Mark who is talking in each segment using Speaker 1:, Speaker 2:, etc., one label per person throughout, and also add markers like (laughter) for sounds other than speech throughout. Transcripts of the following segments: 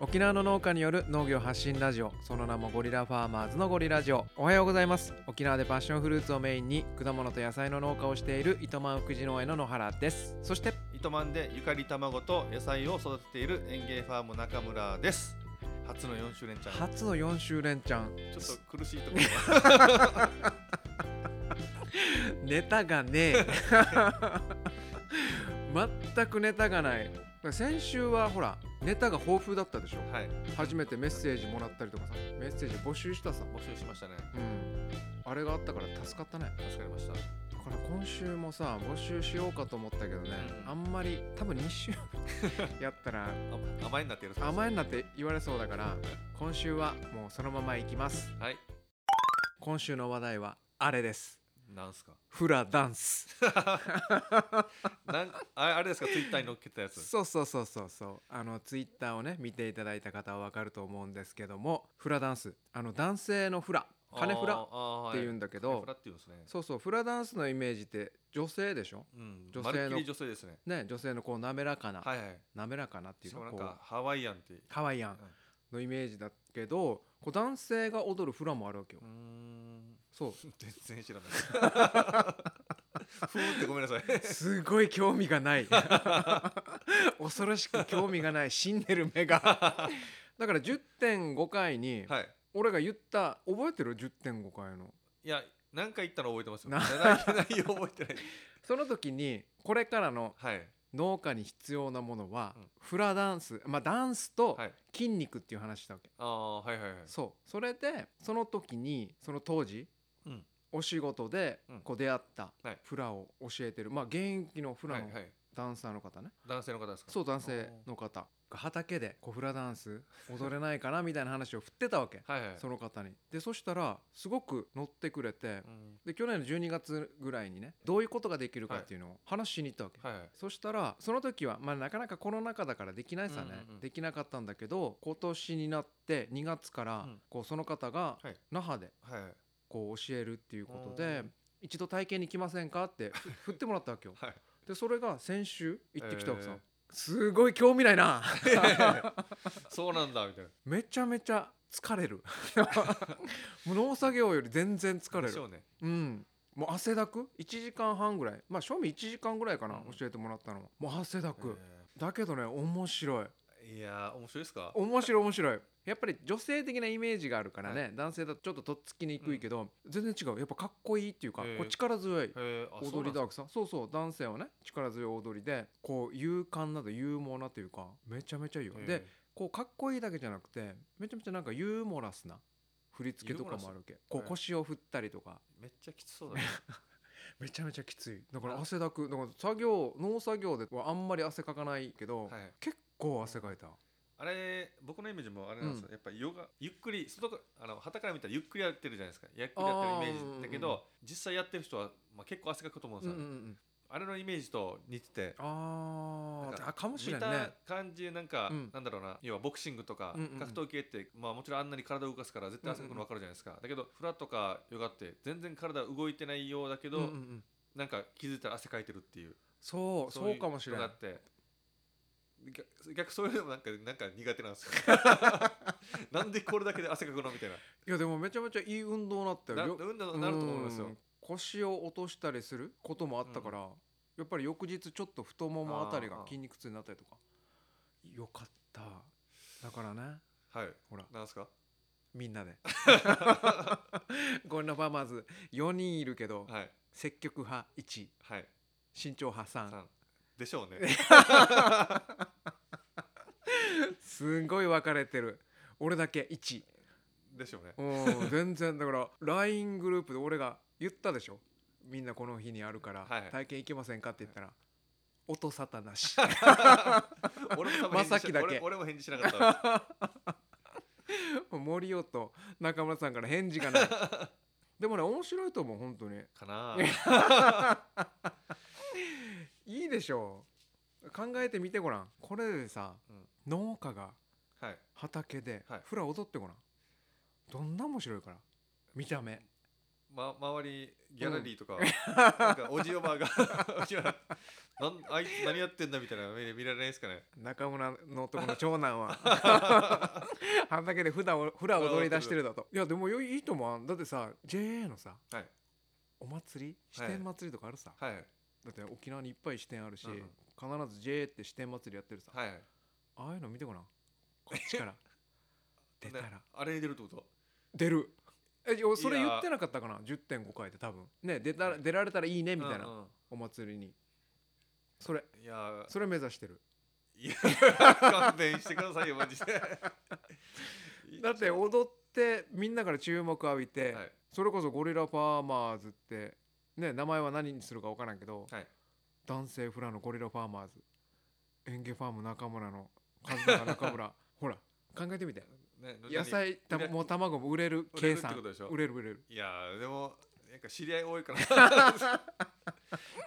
Speaker 1: 沖縄の農家による農業発信ラジオその名もゴリラファーマーズのゴリラジオおはようございます沖縄でパッションフルーツをメインに果物と野菜の農家をしている糸満福祉農園の野原ですそして
Speaker 2: 糸満でゆかり卵と野菜を育てている園芸ファーム中村です初の4周年ちゃんちょ
Speaker 1: 初の4周連チャン
Speaker 2: っと苦しいところ
Speaker 1: ネタがねえ全くネタがない先週はほらネタが豊富だったでしょ
Speaker 2: がはい
Speaker 1: 初めてメッセージもらったりとかさメッセージ募集したさ
Speaker 2: 募集しましたね
Speaker 1: うんあれがあったから助かったね
Speaker 2: 助かりました
Speaker 1: だから今週もさ募集しようかと思ったけどね、
Speaker 2: うん
Speaker 1: あんまり多分2週
Speaker 2: (laughs)
Speaker 1: やったら
Speaker 2: あ甘えになってる
Speaker 1: 甘えんな
Speaker 2: っ
Speaker 1: って言われそうだから今週はもうそのままいきます
Speaker 2: てはい
Speaker 1: 今週の話題はあれです
Speaker 2: なんすか
Speaker 1: フラダンス
Speaker 2: なんあれあれですかツイッターに載っけたやつ
Speaker 1: そうそうそうそうそうあのツイッターをね見ていただいた方はわかると思うんですけどもフラダンスあの男性のフラ金フラっていうん
Speaker 2: だ
Speaker 1: だけ
Speaker 2: け金
Speaker 1: ど
Speaker 2: フラっていうんですね
Speaker 1: そうそうフラダンスのイメージって女性でしょ
Speaker 2: うん
Speaker 1: 女性の
Speaker 2: まるっきり女性ですね
Speaker 1: ね女性のこう滑らかな、
Speaker 2: はいはい
Speaker 1: 滑らかなってい
Speaker 2: し
Speaker 1: う
Speaker 2: か
Speaker 1: の
Speaker 2: もなん
Speaker 1: こう
Speaker 2: かハワイアンってう
Speaker 1: ハワイアンのイメージだけどこう男性が踊るフラもあるわけよ
Speaker 2: ーん
Speaker 1: そう
Speaker 2: 全
Speaker 1: (laughs)
Speaker 2: 然知らないふーってごめんなさい
Speaker 1: すごい興味がない (laughs) 恐ろしく興味がない死んでる目が
Speaker 2: (laughs)
Speaker 1: だから10.5回に
Speaker 2: はい
Speaker 1: 俺が言った覚えてる10.5回の
Speaker 2: いや何回言ったの覚えてますよ
Speaker 1: な
Speaker 2: 内容覚えてない (laughs)
Speaker 1: その時にこれからの
Speaker 2: はい
Speaker 1: 農家に必要なものは
Speaker 2: うん
Speaker 1: フラダンスまあダンスと
Speaker 2: はい
Speaker 1: 筋肉っていう話したわけ
Speaker 2: ああはいはいはい
Speaker 1: そうそれでその時にその当時
Speaker 2: うん
Speaker 1: お仕事で
Speaker 2: うん
Speaker 1: こう出会った
Speaker 2: はい
Speaker 1: フラを教えてるまあ現役のフ
Speaker 2: は
Speaker 1: ラ
Speaker 2: い
Speaker 1: の
Speaker 2: はい
Speaker 1: ダンサーの方ね
Speaker 2: 男性の方ですか
Speaker 1: そう男性の方が畑でこうフラダンス踊れないかなみたいな話を振ってたわけ
Speaker 2: あーはいはい
Speaker 1: その方にでそしたらすごく乗ってくれて
Speaker 2: うん
Speaker 1: で去年の12月ぐらいにねどういうことができるかっていうのを話しに行ったわけ
Speaker 2: はいはい
Speaker 1: そしたらその時はまあなかなかコロナ禍だからできないさね
Speaker 2: うんうんうん
Speaker 1: できなかったんだけど今年になって2月から
Speaker 2: うん
Speaker 1: こうその方が
Speaker 2: はい
Speaker 1: 那覇で
Speaker 2: はいはい
Speaker 1: こう教えるっていうこと
Speaker 2: う
Speaker 1: で
Speaker 2: ん
Speaker 1: 一度体験に来ませんか
Speaker 2: (laughs)
Speaker 1: ってふ振ってもらったわけよ
Speaker 2: はい
Speaker 1: でそれが先週行ってきたわけさ、
Speaker 2: えー
Speaker 1: すごい興味ないな (laughs)
Speaker 2: そうなんだみたいな
Speaker 1: めちゃめちゃ疲れる (laughs) もう農作業より全然疲れ
Speaker 2: でしょ
Speaker 1: る
Speaker 2: うね
Speaker 1: うんもう汗だく1時間半ぐらいまあ正味1時間ぐらいかな、
Speaker 2: うん
Speaker 1: 教えてもらったのもう汗だく、
Speaker 2: え
Speaker 1: だけどね面白い
Speaker 2: ーいやー面白いですか
Speaker 1: 面白い面白いやっぱり女性的なイメージがあるからね、男性だとちょっととっつきにくいけど、全然違うやっぱかっこいいっていうか、
Speaker 2: へー
Speaker 1: こう力強い
Speaker 2: えーあそう
Speaker 1: 踊
Speaker 2: な
Speaker 1: り
Speaker 2: んす
Speaker 1: だ
Speaker 2: か
Speaker 1: わけさそうそう男性はね力強い踊りでこう勇敢など勇猛なというかめちゃめちゃいいよ、
Speaker 2: えー
Speaker 1: でこうかっこいいだけじゃなくてめちゃめちゃなんかユーモラスな振り付けとかもあるわけこ
Speaker 2: え
Speaker 1: う
Speaker 2: ー
Speaker 1: 腰を振ったりとか
Speaker 2: めっちゃきつそうだね
Speaker 1: めちゃめちゃきついだから
Speaker 2: あ
Speaker 1: 汗だくだから作業農作業ではあんまり汗かかないけど、
Speaker 2: はい
Speaker 1: 結構汗かいた
Speaker 2: あれ僕のイメージもあれなんですよ、
Speaker 1: う
Speaker 2: やっぱりヨガゆっくり外かあの旗から見たらゆっくりやってるじゃないですかゆっくりやってるイメージだ
Speaker 1: あー
Speaker 2: け
Speaker 1: うんうんう
Speaker 2: ど実際やってる人は、まあ、結構汗かくと思うん
Speaker 1: う
Speaker 2: で
Speaker 1: ん
Speaker 2: す
Speaker 1: う
Speaker 2: よ、
Speaker 1: んう
Speaker 2: ね
Speaker 1: ん
Speaker 2: あれのイメージと似てて
Speaker 1: あ
Speaker 2: なん
Speaker 1: ー
Speaker 2: か
Speaker 1: あかもし
Speaker 2: 見
Speaker 1: れんね
Speaker 2: た感じなんか、
Speaker 1: うん
Speaker 2: なんだろうな要はボクシングとか
Speaker 1: うんうんうん
Speaker 2: 格闘系って、まあ、もちろんあんなに体を動かすから絶対汗かくの分かるじゃないですか、だけどフラとかヨガって全然体動いてないようだけど、
Speaker 1: うんうんうん
Speaker 2: なんか気づいたら汗かいてるっていう
Speaker 1: そうそう
Speaker 2: い
Speaker 1: かもしれ
Speaker 2: の
Speaker 1: な
Speaker 2: が
Speaker 1: い
Speaker 2: あって逆逆そういうのもなんかなんか苦手なんですよ
Speaker 1: (laughs)
Speaker 2: なんでこれだけで汗かくのみたいない
Speaker 1: やでもめちゃめちゃいい運動になったよ
Speaker 2: な
Speaker 1: よ
Speaker 2: 運動になると思いますよ
Speaker 1: うん腰を落としたりすることもあったから、やっぱり翌日ちょっと太ももあたり
Speaker 2: あ
Speaker 1: が
Speaker 2: ー
Speaker 1: 筋肉痛になったりとかよかっただからね
Speaker 2: はい
Speaker 1: ほら
Speaker 2: なんですか
Speaker 1: みんな
Speaker 2: (laughs)
Speaker 1: でゴンラファーマーズ4人いるけど
Speaker 2: はい
Speaker 1: 積極派1
Speaker 2: はい
Speaker 1: 慎重派3
Speaker 2: 三でしょ
Speaker 1: (laughs)
Speaker 2: うね
Speaker 1: すんごい分かれてる俺だけ1
Speaker 2: でしょうね
Speaker 1: うん全然だから LINE グループで俺が言ったでしょみんなこの日にあるから
Speaker 2: はいはい
Speaker 1: 体験行けませんかって言ったら音沙汰なし (laughs)
Speaker 2: 俺も多分返事し
Speaker 1: まさきだけ
Speaker 2: 俺俺も返事しなかったわ
Speaker 1: 森尾と中村さんから返事が
Speaker 2: (laughs)
Speaker 1: ないでもね面白いと思う本当に
Speaker 2: かなあ
Speaker 1: (laughs) いいでしょう考えてみてごらんこれでさ、
Speaker 2: うん
Speaker 1: 農家が
Speaker 2: はい
Speaker 1: 畑で
Speaker 2: はい
Speaker 1: フラ踊ってごらん、どんな面白いから見た目
Speaker 2: ま、周りギャラリーとか,、なんかおじおばが (laughs) いやなんあいつ何やってんだみたいな目で見られないですかね
Speaker 1: 中村の男の長男
Speaker 2: (laughs)
Speaker 1: はあんだけで普段をふら踊り出してるだといやでもよいいと思うだってさ JA のさ、
Speaker 2: はい
Speaker 1: お祭り支
Speaker 2: はい
Speaker 1: 店祭りとかあるさ、
Speaker 2: はい
Speaker 1: だって沖縄にいっぱい支店あるし、
Speaker 2: うんうん
Speaker 1: 必ず JA って支店祭りやってるさ、
Speaker 2: はい
Speaker 1: ああいうの見てごらんこっち
Speaker 2: (laughs)
Speaker 1: から出たら
Speaker 2: ねあれに出るってこと
Speaker 1: 出るえいやそれ
Speaker 2: いや
Speaker 1: 言ってなかったかな10.5回で多分ね出たら出られたらいいねみたいな、
Speaker 2: うんうん
Speaker 1: お祭りにそれ
Speaker 2: いやー
Speaker 1: それ目指してる
Speaker 2: いや (laughs) 勘弁してくださいよマジで
Speaker 1: (laughs) だって踊ってみんなから注目浴びて、
Speaker 2: はい
Speaker 1: それこそゴリラファーマーズってね名前は何にするか分からんけど、
Speaker 2: はい
Speaker 1: 男性フラのゴリラファーマーズ園芸ファーム中村の和永中
Speaker 2: (laughs)
Speaker 1: 村ほら考えてみて
Speaker 2: ね
Speaker 1: 野菜た
Speaker 2: 売れ
Speaker 1: もう卵も売れる計算
Speaker 2: 売れるってことでしょ
Speaker 1: 売れる売れる
Speaker 2: いやーでもなんか知り合い多いから
Speaker 1: (laughs)
Speaker 2: なんか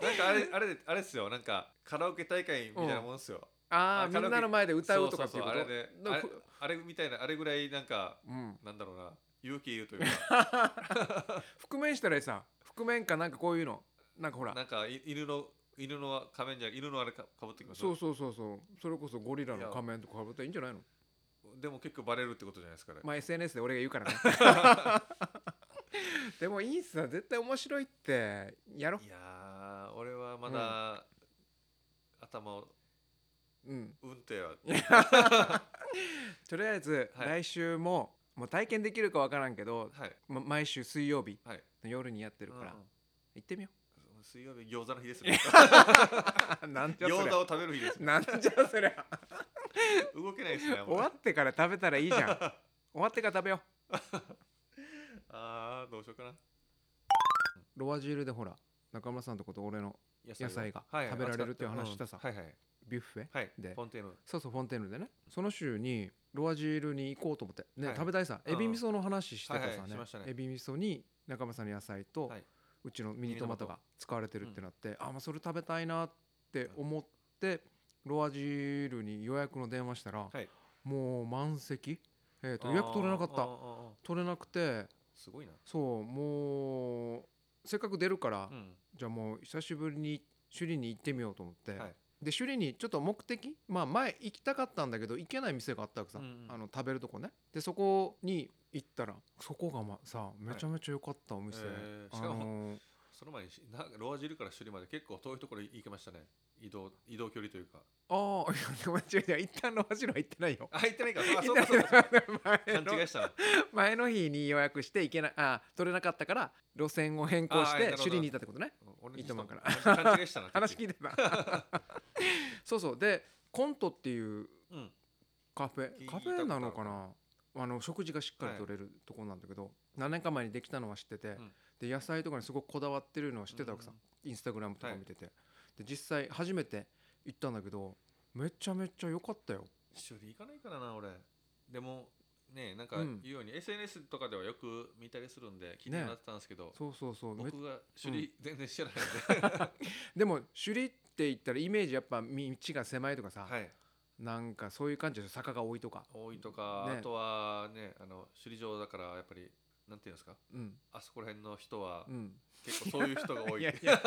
Speaker 2: あれあれであれっすよなんかカラオケ大会みたいなもんっすよ、
Speaker 1: ああ
Speaker 2: あ
Speaker 1: みんなの前で歌うとかって
Speaker 2: そ
Speaker 1: いううこ
Speaker 2: そう
Speaker 1: と
Speaker 2: そう
Speaker 1: だ
Speaker 2: あれで
Speaker 1: から
Speaker 2: あれ
Speaker 1: ふ
Speaker 2: あれみたいなあれぐらいなんか
Speaker 1: うん
Speaker 2: なんだろうな勇気いるという
Speaker 1: (laughs)
Speaker 2: か
Speaker 1: 覆面したらいいさ覆面かなんかこういうのなんかほら
Speaker 2: なんかい犬の犬の仮面じゃなく犬のあれかかぶってきます
Speaker 1: そうそうそうそうそれこそゴリラの仮面とかかぶったらいいんじゃないの
Speaker 2: でも結構バレるってことじゃないですかね、
Speaker 1: まあ SNS で俺が言う
Speaker 2: (laughs)
Speaker 1: からねでもいいっすわ絶対面白いってやろ
Speaker 2: いやー俺はまだ、頭を
Speaker 1: うん
Speaker 2: 運
Speaker 1: (laughs)
Speaker 2: 転は
Speaker 1: とりあえず
Speaker 2: は
Speaker 1: 来週ももう体験できるかわからんけど
Speaker 2: はい
Speaker 1: ま毎週水曜日
Speaker 2: はい
Speaker 1: の夜にやってるから
Speaker 2: うん
Speaker 1: 行ってみよ
Speaker 2: うん水曜日餃子の日です (laughs) ね
Speaker 1: う (laughs) なんじゃそ
Speaker 2: 餃
Speaker 1: り
Speaker 2: 子を
Speaker 1: ゃ
Speaker 2: 食べる日で
Speaker 1: (laughs)
Speaker 2: す
Speaker 1: なんじゃそりゃ
Speaker 2: 動けないですねあん
Speaker 1: 終
Speaker 2: ま
Speaker 1: わってから食べたらいいじゃん (laughs) 終わってから食べよ
Speaker 2: あーどうしようかな
Speaker 1: うロワ汁でほら中村さんとこと俺の
Speaker 2: 野
Speaker 1: 菜が食べられるっていう話したさ
Speaker 2: はいはい
Speaker 1: ビュッフェ
Speaker 2: はい
Speaker 1: で
Speaker 2: フォンテーヌ
Speaker 1: そうそうフォンテーヌでねその週にロアジールに行こうと思って、ね
Speaker 2: はい
Speaker 1: 食べたいさ
Speaker 2: うん
Speaker 1: エビ味噌の話してたさね,、
Speaker 2: はいはいしましたね
Speaker 1: エビ味噌に中村さんの野菜と、
Speaker 2: はいう
Speaker 1: ちのミニトマトが使われてるってなって、あまあそれ食べたいなって思って、ロアジールに予約の電話したら、
Speaker 2: はい
Speaker 1: もう満席、えー、と予約取れなかっ
Speaker 2: あーあ
Speaker 1: た
Speaker 2: ーあー
Speaker 1: 取れなくて
Speaker 2: すごいな
Speaker 1: そうもうせっかく出るから、
Speaker 2: うん
Speaker 1: じゃあもう久しぶりに首里に行ってみようと思って、
Speaker 2: はい
Speaker 1: で首里にちょっと目的まあ前行きたかったんだけど行けない店があったわけさ、
Speaker 2: うんうん
Speaker 1: あの食べるとこねでそこに行ったらそこがまさめちゃめちゃ良かったお店、
Speaker 2: へえ
Speaker 1: あ
Speaker 2: しかも
Speaker 1: のー
Speaker 2: その前にしなロアジルから首里まで結構遠いところ行きましたね移動移動距離というか
Speaker 1: ああいや間違えた一旦の柱は行ってないよ
Speaker 2: あ行ってないかあ
Speaker 1: 行
Speaker 2: そ
Speaker 1: っ (laughs)
Speaker 2: う
Speaker 1: て
Speaker 2: かそう
Speaker 1: な
Speaker 2: かそうか
Speaker 1: い前
Speaker 2: 勘違
Speaker 1: の
Speaker 2: いしたな
Speaker 1: 前の日に予約して行けないあ取れなかったから路線を変更し
Speaker 2: あーはい
Speaker 1: て
Speaker 2: なる
Speaker 1: 首
Speaker 2: ほど
Speaker 1: 里にいたってことね
Speaker 2: うん俺
Speaker 1: 糸満から
Speaker 2: ちょっと勘違いしたな
Speaker 1: (laughs) 話聞いて
Speaker 2: (laughs)
Speaker 1: たそうそうでコントっていう
Speaker 2: うん
Speaker 1: カフ
Speaker 2: 聞
Speaker 1: ェ
Speaker 2: い
Speaker 1: カ
Speaker 2: た
Speaker 1: フ
Speaker 2: ことあ
Speaker 1: ェ
Speaker 2: る
Speaker 1: なのかなあの食事がしっかり
Speaker 2: はい
Speaker 1: とれるとこなんだけど、何年か前にできたのは知ってて、
Speaker 2: ん
Speaker 1: で野菜とかにすごくこだわってるのは知ってたわけさ、
Speaker 2: うん
Speaker 1: インスタグラムとか見てて、で実際初めて行ったんだけどめちゃめちゃ良かったよ
Speaker 2: 首里行かないからな俺でもねなんか
Speaker 1: うん
Speaker 2: 言うように SNS とかではよく見たりするんで気に
Speaker 1: ね
Speaker 2: なってたんですけど
Speaker 1: そうそうそうめ
Speaker 2: 僕が首里全然知らない
Speaker 1: (laughs) でも首里って言ったらイメージやっぱ道が狭いとかさ、
Speaker 2: んではい
Speaker 1: なんかそういう感じで坂が多いとか、
Speaker 2: 多いとか、
Speaker 1: ね
Speaker 2: あとはねあの首里城だからやっぱりなんていうんですか
Speaker 1: うん
Speaker 2: あそこら辺の人は
Speaker 1: うん、
Speaker 2: 結構そういう人が多
Speaker 1: (laughs)
Speaker 2: い
Speaker 1: いやいや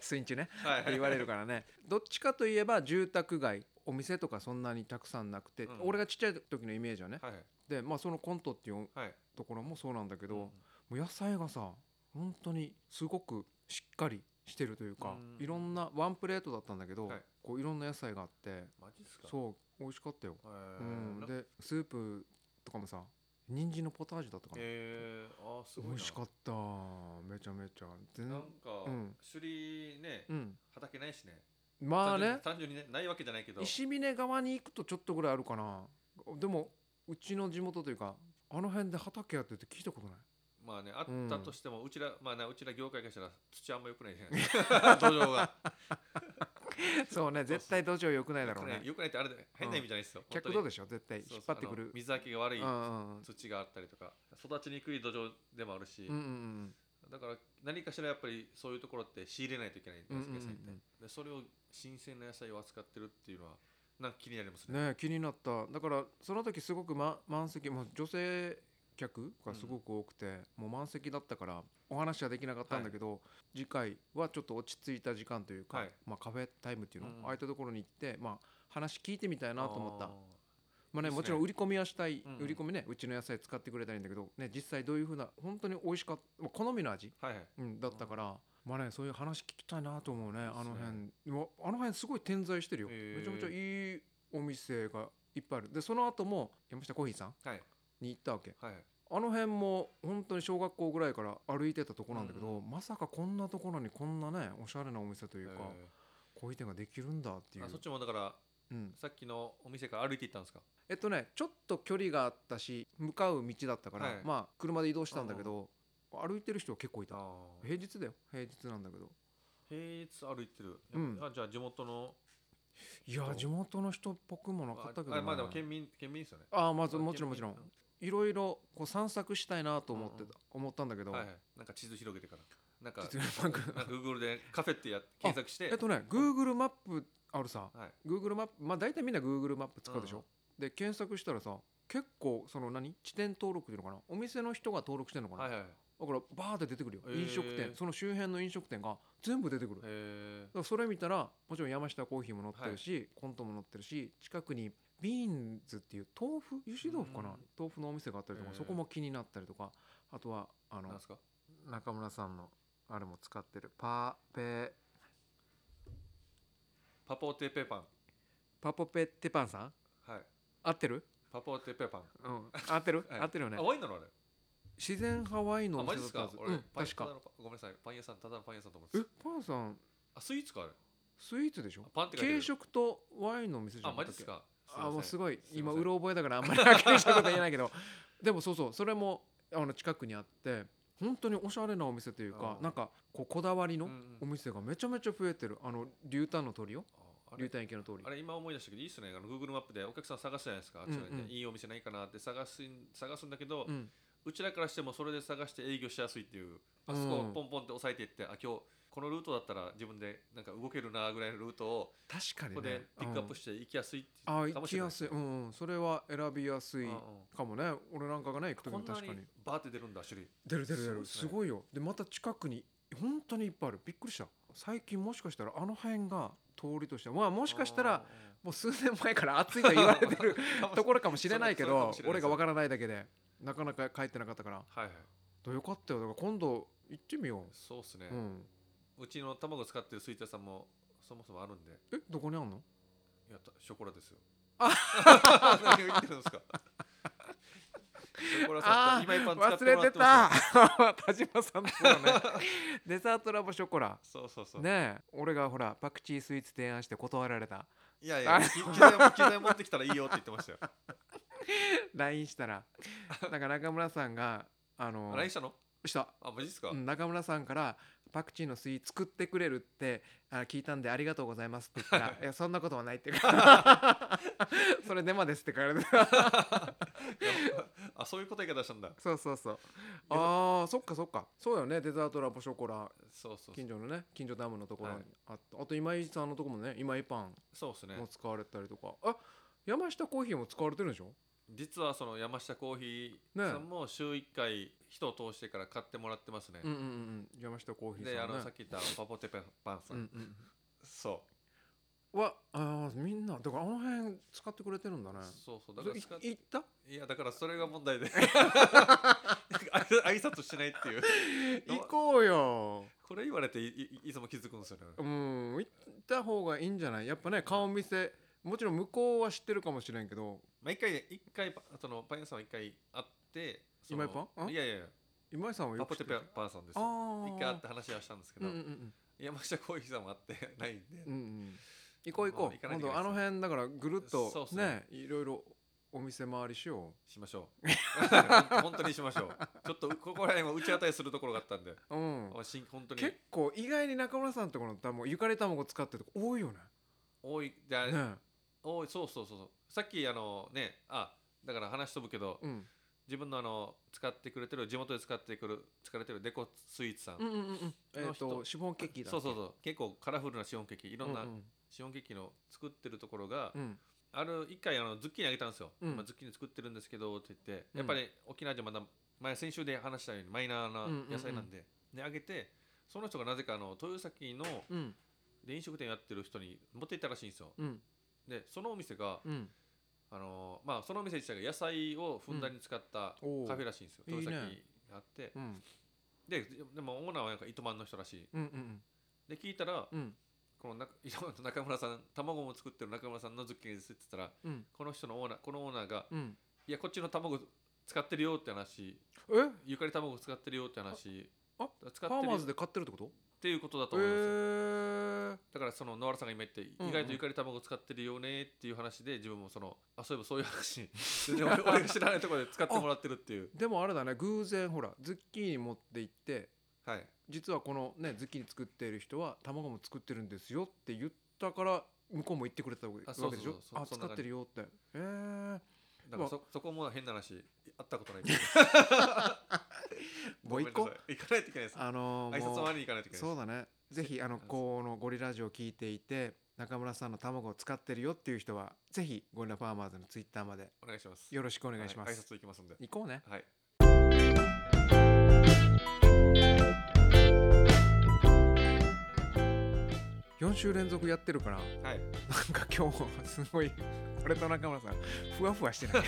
Speaker 1: スインチね
Speaker 2: (laughs) はい
Speaker 1: って言われるから
Speaker 2: (laughs)
Speaker 1: ねどっちかといえば住宅街お店とかそんなにたくさんなくて、
Speaker 2: うん
Speaker 1: 俺がちっちゃい時のイメージはね、
Speaker 2: はい
Speaker 1: でまあそのコントっていう
Speaker 2: はい
Speaker 1: ところもそうなんだけど、
Speaker 2: うん
Speaker 1: もう野菜がさ本当にすごくしっかりしてるというか、
Speaker 2: うん
Speaker 1: いろんなワンプレートだったんだけど、
Speaker 2: はい
Speaker 1: こういろんな野菜があって
Speaker 2: マジですか
Speaker 1: そう美味しかったよ、
Speaker 2: へ
Speaker 1: うん、
Speaker 2: ー
Speaker 1: でスープとかもさ人参のポタージュだったかな、
Speaker 2: えー、あーすごいな
Speaker 1: 美味しかっためちゃめちゃ全
Speaker 2: なん
Speaker 1: 然
Speaker 2: か、
Speaker 1: うん
Speaker 2: 首里ね
Speaker 1: うん
Speaker 2: 畑ないしね
Speaker 1: まあね
Speaker 2: 単純に単純にねないわけじゃないけど
Speaker 1: 石峰側に行くとちょっとぐらいあるかなでもうちの地元というかあの辺で畑やってるって聞いたことない
Speaker 2: まあねあっ
Speaker 1: うん
Speaker 2: たとしても、うちらまあなうちら業界からしたら土あんま良くないじゃないで
Speaker 1: (laughs)
Speaker 2: すか土壌が
Speaker 1: そうね絶対土壌良くないだ
Speaker 2: 良
Speaker 1: ろ
Speaker 2: く
Speaker 1: う
Speaker 2: ない
Speaker 1: ね
Speaker 2: 良くないってあれで変な意味じゃないですよ、本当
Speaker 1: 客
Speaker 2: に
Speaker 1: どうでしょ絶対
Speaker 2: そう
Speaker 1: 引っ張
Speaker 2: そう
Speaker 1: ってく
Speaker 2: あの
Speaker 1: る
Speaker 2: 水はけが悪い
Speaker 1: うん
Speaker 2: 土があったりとか育ちにくい土壌でもあるし、
Speaker 1: うんうん
Speaker 2: だから何かしらやっぱりそういうところって仕入れないといけないんです
Speaker 1: うんうんうん
Speaker 2: 野菜ってでそれを新鮮な野菜を扱ってるっていうのはなんか気になります
Speaker 1: うん
Speaker 2: ね
Speaker 1: ねえ気になっただからその時すごく、ま、満席もう女性客がすごく多くて、もう満席だったからお話はできなかったんだけど、次回はちょっと落ち着いた時間というか、
Speaker 2: はい
Speaker 1: まあ、カフェタイムっていうの、
Speaker 2: うん
Speaker 1: ああいったところに行って、まあ、話聞いてみたいなと思った
Speaker 2: あー
Speaker 1: まあね
Speaker 2: ですね
Speaker 1: もちろん売り込みはしたい、
Speaker 2: うんうん
Speaker 1: 売り込みねうちの野菜使ってくれたらいいんだけど、ね、実際どういうふうな本当に美味しかった、まあ、好みの味、
Speaker 2: はいはい
Speaker 1: うん、だったから、まあねそういう話聞きたいなと思うね
Speaker 2: そう
Speaker 1: あ
Speaker 2: です
Speaker 1: の
Speaker 2: ね
Speaker 1: 辺でもあの辺すごい点在してるよ、
Speaker 2: へー
Speaker 1: めちゃめちゃいいお店がいっぱいあるでその後も山下コーヒーさん
Speaker 2: はい
Speaker 1: に行ったわけ
Speaker 2: はいはい
Speaker 1: あの辺も本当に小学校ぐらいから歩いてたとこなんだけど、まさかこんなところにこんなねおしゃれなお店というか、
Speaker 2: え
Speaker 1: コーヒー店ができるんだってい
Speaker 2: ー
Speaker 1: う
Speaker 2: あそっちもだから
Speaker 1: うん、
Speaker 2: さっきのお店から歩いて行ったんですか
Speaker 1: えっとねちょっと距離があったし向かう道だったから、
Speaker 2: はい
Speaker 1: まあ車で移動したんだけど歩いてる人は結構いた平日だよ平日なんだけど
Speaker 2: 平日歩いてる、
Speaker 1: うん
Speaker 2: あじゃあ地元の
Speaker 1: いや
Speaker 2: 人
Speaker 1: 地元の人っぽくもなかったけど、ね、
Speaker 2: あまあでも県民県民ですよね
Speaker 1: ああまずもちろんもちろん
Speaker 2: 県
Speaker 1: いろいろこう散策したいなと思ってた、
Speaker 2: うん
Speaker 1: 思ったんだけど、
Speaker 2: 民はいはいなんか地図広げてからなんか
Speaker 1: ちょっとなんか
Speaker 2: (laughs) なんか Google でカフェってや検索して
Speaker 1: えっとね Google マップあるさ
Speaker 2: はい
Speaker 1: Google マップまあ大体みんな Google マップ使うでし
Speaker 2: う
Speaker 1: ょ
Speaker 2: ん、
Speaker 1: で検索したらさ結構その何地点登録っていうのかなお店の人が登録してるのかな、
Speaker 2: はいはいはい
Speaker 1: だからバーって出てくるよ、
Speaker 2: へー
Speaker 1: 飲食店その周辺の飲食店が全部出てくる、だか
Speaker 2: え
Speaker 1: らそれ見たらもちろん山下コーヒーも載ってるし、コントも載ってるし近くにビーンズっていう豆腐油脂豆腐かな、
Speaker 2: うん
Speaker 1: 豆腐のお店があったりとか、
Speaker 2: へー
Speaker 1: そこも気になったりとかあとはあ
Speaker 2: ー、なん
Speaker 1: の
Speaker 2: ですか
Speaker 1: 中村さんのあれも使ってるパーペー
Speaker 2: パポーテペーパン
Speaker 1: パポペテパンさん
Speaker 2: はい
Speaker 1: 合ってる
Speaker 2: パポーテペーパン、
Speaker 1: うん合ってる、
Speaker 2: はい
Speaker 1: 合ってるよね
Speaker 2: あワインなのあれ
Speaker 1: 自然ハワイの
Speaker 2: あ
Speaker 1: お
Speaker 2: マ
Speaker 1: 店
Speaker 2: ジ
Speaker 1: だ
Speaker 2: で
Speaker 1: っ
Speaker 2: す
Speaker 1: たは
Speaker 2: か
Speaker 1: ず、う
Speaker 2: 俺、
Speaker 1: ん、
Speaker 2: パン
Speaker 1: 確
Speaker 2: ただ
Speaker 1: か
Speaker 2: のパごめんなさいパン屋さんただのパン屋さんと思って
Speaker 1: え
Speaker 2: た
Speaker 1: パンさん
Speaker 2: あスイーツかあれ
Speaker 1: スイーツでしょ
Speaker 2: あパンって書いてる
Speaker 1: 軽食とワインのお店じゃ
Speaker 2: あ
Speaker 1: なか
Speaker 2: マ
Speaker 1: った
Speaker 2: ジで
Speaker 1: っ
Speaker 2: す
Speaker 1: け
Speaker 2: か
Speaker 1: あもうす
Speaker 2: い
Speaker 1: ごい
Speaker 2: い
Speaker 1: 今
Speaker 2: ません
Speaker 1: うろ覚えだからあんまりはっきりしたことは言えない
Speaker 2: (laughs)
Speaker 1: けどでもそうそうそれもあの近くにあって本当におしゃれなお店というか
Speaker 2: あー
Speaker 1: なんかこうこだわりの
Speaker 2: うんうん
Speaker 1: お店がめちゃめちゃ増えてるあの竜炭の通りよ
Speaker 2: ああれ
Speaker 1: 竜炭池の通り
Speaker 2: あれ今思い出したけどいいっすねあの Google マップでお客さん探すじゃないですか、あっちの
Speaker 1: うんうん
Speaker 2: いいお店ないかなって探すん探すんだけど、う
Speaker 1: うん
Speaker 2: ちらからしてもそれで探して営業しやすいっていう
Speaker 1: うん
Speaker 2: あそこをポンポンって押さえていって、あ今日このルートだったら自分でなんか動けるなぐらいのルートを
Speaker 1: 確か
Speaker 2: こ
Speaker 1: に
Speaker 2: こで
Speaker 1: ね
Speaker 2: ピックアップ
Speaker 1: し
Speaker 2: して行きやすいっていう
Speaker 1: あ
Speaker 2: か
Speaker 1: 行
Speaker 2: も
Speaker 1: き
Speaker 2: しれな
Speaker 1: や
Speaker 2: い
Speaker 1: すいうんうんそれは選びやすい
Speaker 2: うんうん
Speaker 1: かもね俺なんかがね行く時
Speaker 2: こ
Speaker 1: も
Speaker 2: んな
Speaker 1: 確かに
Speaker 2: にバーって出るんだ種類
Speaker 1: 出る出る出
Speaker 2: そう
Speaker 1: る
Speaker 2: ですね
Speaker 1: すごいよでまた近くに本当にいっぱいあるびっくりした最近もしかしたらあの辺が通りとしてまあも
Speaker 2: も
Speaker 1: しかしたらもう数年前から暑いと言わ
Speaker 2: (laughs)
Speaker 1: れてるところかもしれないけ
Speaker 2: そうか
Speaker 1: ど
Speaker 2: もしれない
Speaker 1: 俺がわからないだけでなかなか帰ってなかったから
Speaker 2: はいはい
Speaker 1: どうよかったよだから今度行ってみよ
Speaker 2: そうっすね
Speaker 1: う、う、ん、
Speaker 2: うちの卵使ってるスイーツ屋さんもそもそもあるんで
Speaker 1: えどこにあんの
Speaker 2: いやたショコラですよ。何を言ってるんですか。ショコラさんと今一般使っ
Speaker 1: 忘
Speaker 2: て
Speaker 1: れ
Speaker 2: もらっててま
Speaker 1: た
Speaker 2: す
Speaker 1: (laughs)
Speaker 2: よ。
Speaker 1: 田島さんのところ
Speaker 2: (laughs)
Speaker 1: ねデザートラボショコラ
Speaker 2: そうそうそう。
Speaker 1: ねえ俺がほらパクチースイーツ提案して断られた
Speaker 2: いやい
Speaker 1: あ
Speaker 2: や、機機材も機材持ってきたらいいよって言ってまし
Speaker 1: (laughs)
Speaker 2: たよ。
Speaker 1: LINE した
Speaker 2: (laughs)
Speaker 1: らなんか中村さんがあの
Speaker 2: LINE したの
Speaker 1: した
Speaker 2: あ、マジですか、
Speaker 1: うん中村さんからパクチーのスイーツ作ってくれるってあ聞いたんでありがとうございますって言った
Speaker 2: (laughs)
Speaker 1: ら「いやそんなことはない」って言うからそれデマです」って言われて
Speaker 2: いやあ、そういう答え方したんだ。
Speaker 1: そうそうそうあーそっかそっかそうよねデザートラボショコラ
Speaker 2: そうそうそう
Speaker 1: 近。所のね近所ダムのところ
Speaker 2: は
Speaker 1: に
Speaker 2: い
Speaker 1: あった、あと今井さんのとこもね今井パン
Speaker 2: そうですね
Speaker 1: も。使われたりとか、あ山下コーヒーも使われてるんでしょ
Speaker 2: 実はその山下コーヒーさんも週一回人を通してから買ってもらってますね。
Speaker 1: うんうんうんうん山下コーヒー
Speaker 2: で、
Speaker 1: さ
Speaker 2: あ
Speaker 1: んね
Speaker 2: のさっき言ったパポテペパンさ。
Speaker 1: うんんうん
Speaker 2: そ
Speaker 1: はあーみんなだからあの辺使ってくれてるんだね
Speaker 2: う。そうそう。だから使っ
Speaker 1: い行った
Speaker 2: いやだからそれが問題で (laughs) 挨拶しないっていう
Speaker 1: 行こうよ
Speaker 2: これ言われていいいつも気づくんですよね
Speaker 1: うん行った方がいいんじゃないやっぱね顔見せもちろん向こうは知ってるかもしれんけど
Speaker 2: まあ一回一回パそのパン屋さんは一回会ってその
Speaker 1: 今井パンん
Speaker 2: いやいやいや
Speaker 1: 今井さんはよ
Speaker 2: パ
Speaker 1: く
Speaker 2: ポ
Speaker 1: 知
Speaker 2: テ
Speaker 1: ってる
Speaker 2: ペパンさんです
Speaker 1: あ
Speaker 2: よ
Speaker 1: ー
Speaker 2: 一回会って話はしたんですけ
Speaker 1: うんう
Speaker 2: ど、
Speaker 1: んうん
Speaker 2: 山下浩一さんも会ってないんで、
Speaker 1: うんうん行こう行こ
Speaker 2: まあ行
Speaker 1: う
Speaker 2: かな
Speaker 1: 今
Speaker 2: いといけ
Speaker 1: 度
Speaker 2: ない
Speaker 1: あの
Speaker 2: ですね
Speaker 1: 辺だからぐるっ
Speaker 2: そう
Speaker 1: と
Speaker 2: っす
Speaker 1: ね
Speaker 2: ね
Speaker 1: いろいろお店回りしよ
Speaker 2: しましょう (laughs) 本当にしましょうちょっとここら辺は打ち当たりするところがあったんで
Speaker 1: ううん
Speaker 2: あしん本当に
Speaker 1: 結構意外に中村さんのところの卵ゆかり卵使ってるとこ多いよね
Speaker 2: 多いであれ
Speaker 1: ね
Speaker 2: 多いそうそうそうそうさっきあのねあだから話飛ぶけど、
Speaker 1: うん
Speaker 2: 自分のあの使ってくれてる地元で使ってくる使れてるデコスイーツさん、
Speaker 1: うんうんうんうんえっ
Speaker 2: この
Speaker 1: と
Speaker 2: 人
Speaker 1: シフォンケーキだ
Speaker 2: そうそうそう結構カラフルなシフォンケーキいろん
Speaker 1: う
Speaker 2: なん
Speaker 1: うん
Speaker 2: シフォンケーキの作ってるところが、
Speaker 1: うん
Speaker 2: ある一回あのズッキーニあげたんですよ、
Speaker 1: うん
Speaker 2: まあ、ズッキーニ作ってるんですけどって言って、
Speaker 1: うん
Speaker 2: やっぱり沖縄じゃまだ前先週で話したようにマイナーな野菜なんで、ねあげてその人がなぜかあの豊崎の
Speaker 1: うん
Speaker 2: で飲食店やってる人に持って行ったらしいんですよ
Speaker 1: うん
Speaker 2: でそのお店が、
Speaker 1: うん
Speaker 2: あのーまあ、そのお店自体が野菜をふんだんに使った
Speaker 1: うん
Speaker 2: カフェらしいんですよ、
Speaker 1: おー
Speaker 2: 豊崎
Speaker 1: いい
Speaker 2: にあって
Speaker 1: うん
Speaker 2: ででもオーナーはなんか糸満の人らしい
Speaker 1: うんうん
Speaker 2: で聞いたら
Speaker 1: うん
Speaker 2: この中糸満の中村さん卵も作ってる中村さんのズッキーニですって言ったら
Speaker 1: うん
Speaker 2: この人のオーナーこのオーナーが
Speaker 1: うん
Speaker 2: いやこっちの卵使ってるよって話
Speaker 1: え
Speaker 2: ゆかり卵使ってるよって話
Speaker 1: あ
Speaker 2: 使っ
Speaker 1: ファー
Speaker 2: てる
Speaker 1: マ
Speaker 2: よ
Speaker 1: ー
Speaker 2: っ
Speaker 1: ズで買ってるってこと
Speaker 2: ていうことだ
Speaker 1: え
Speaker 2: と思いますよ、
Speaker 1: ー
Speaker 2: だからその野原さんが今言って
Speaker 1: うん
Speaker 2: 意外とゆかり卵使ってるよねっていう話で自分もそのあそういえばそういう
Speaker 1: (laughs)
Speaker 2: 話全然俺俺が知らないところで使ってもらってるっていう
Speaker 1: でもあれだね偶然ほらズッキーニ持って行って
Speaker 2: はい
Speaker 1: 実はこのねズッキーニ作っている人は卵も作ってるんですよって言ったから向こうも言ってくれたわけ
Speaker 2: あ
Speaker 1: わけでしょ
Speaker 2: そうそうそう
Speaker 1: あ
Speaker 2: そん
Speaker 1: 使
Speaker 2: な
Speaker 1: ってるよってえー
Speaker 2: だからそそこも変な話あったことないけど
Speaker 1: (laughs) もう一個
Speaker 2: ごめんなさい行かないといけないです
Speaker 1: あのー
Speaker 2: 挨拶
Speaker 1: もう
Speaker 2: 終わりに行かないといけない
Speaker 1: そうだねぜひあの
Speaker 2: そう
Speaker 1: このゴリラジオを聞いていて中村さんの卵を使ってるよっていう人はぜひゴリラファーマーズのツイッターまで
Speaker 2: お願いします
Speaker 1: よろしくお願いします、
Speaker 2: はい、挨拶行きますんで
Speaker 1: 行こうね
Speaker 2: はい
Speaker 1: 4週連続やってるからなん
Speaker 2: はい
Speaker 1: か今日すごい俺と中村さんふわふわしてない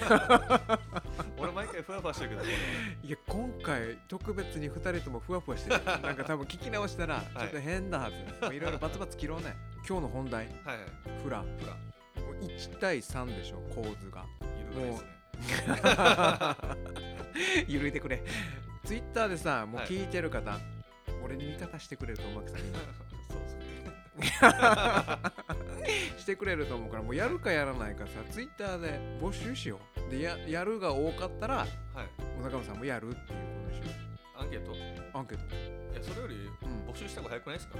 Speaker 2: 俺毎回ふわふわしてるけど
Speaker 1: (laughs) いや今回特別に2人ともふわふわしてる (laughs) なんか多分聞き直したらちょっと変だはず、もういろいろバツバツ切ろうね (laughs) 今日の本題
Speaker 2: はいはい
Speaker 1: フラも
Speaker 2: ほら
Speaker 1: う1対3でしょ構図 (laughs) が
Speaker 2: 揺るがないですね
Speaker 1: ゆるいてくれツイッターでさもう
Speaker 2: はい
Speaker 1: 聞いてる方、俺に味方してくれると思うわけさ (laughs)
Speaker 2: そうそうね
Speaker 1: してくれると思うからもうやるかやらないかさツイッターで募集しようでややるが多かったら
Speaker 2: はい
Speaker 1: もう中村さんもやるっていうことでし
Speaker 2: アンケートい
Speaker 1: ょアンケート
Speaker 2: やそれより
Speaker 1: うん
Speaker 2: 募集した方が早くないですか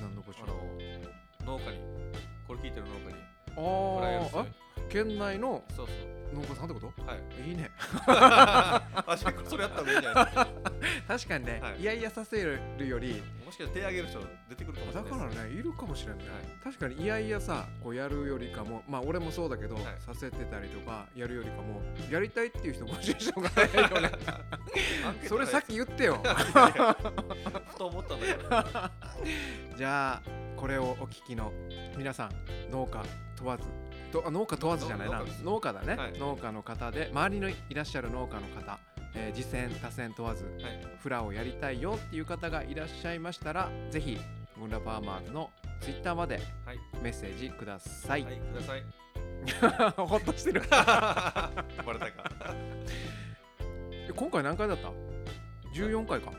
Speaker 1: 何の募集
Speaker 2: あの農家にこれ聞いてる農家に
Speaker 1: あ
Speaker 2: これやる
Speaker 1: ー
Speaker 2: 人
Speaker 1: あ
Speaker 2: に
Speaker 1: 県内の
Speaker 2: そうそう
Speaker 1: 農家さんってこと (laughs)
Speaker 2: はい
Speaker 1: いいね
Speaker 2: 確かにそれやった方がいいんじゃないですか
Speaker 1: 確かにね、
Speaker 2: はい
Speaker 1: いやいやさせるより
Speaker 2: もしかして手挙げる人出てくるかもし
Speaker 1: だ
Speaker 2: れない
Speaker 1: か
Speaker 2: です
Speaker 1: (laughs) らねいるかもしれない、
Speaker 2: はい
Speaker 1: 確かにいやいやさこうやるよりかもまあ俺もそうだけど、
Speaker 2: はい
Speaker 1: させてたりとかやるよりかもやりたいっていう人募集した方が早いよ (laughs) ね
Speaker 2: アンケート
Speaker 1: それさっき言ってよ
Speaker 2: (laughs) ふと思ったんだけどは
Speaker 1: (laughs) じゃあこれをお聞きの皆さん農家問わずとあ農家問わずじゃないな
Speaker 2: 農家です
Speaker 1: 農家だね、
Speaker 2: はい
Speaker 1: 農家の方で周りのいらっしゃる農家の方、えー、次戦他戦問わず
Speaker 2: い
Speaker 1: フラをやりたいよっていう方がいらっしゃいましたらぜひゴンラファーマーズのツイッターまで
Speaker 2: はい
Speaker 1: メッセージください
Speaker 2: はい、ください
Speaker 1: (laughs) ほっとしてる
Speaker 2: バレたか
Speaker 1: 今回何回だった14回
Speaker 2: (laughs)
Speaker 1: か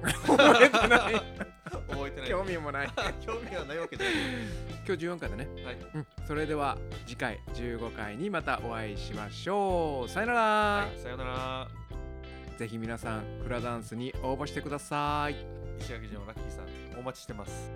Speaker 1: 覚えてない
Speaker 2: 覚えてない
Speaker 1: 興味もない
Speaker 2: 興味がないわけじゃ
Speaker 1: 今日14回だね、
Speaker 2: ない、はい、
Speaker 1: うん、それでは次回15回にまたお会いしましょうさよなら、
Speaker 2: はい、さよなら
Speaker 1: ぜひ皆さんフラダンスに応募してください
Speaker 2: 石垣島のラッキーさんお待ちしてます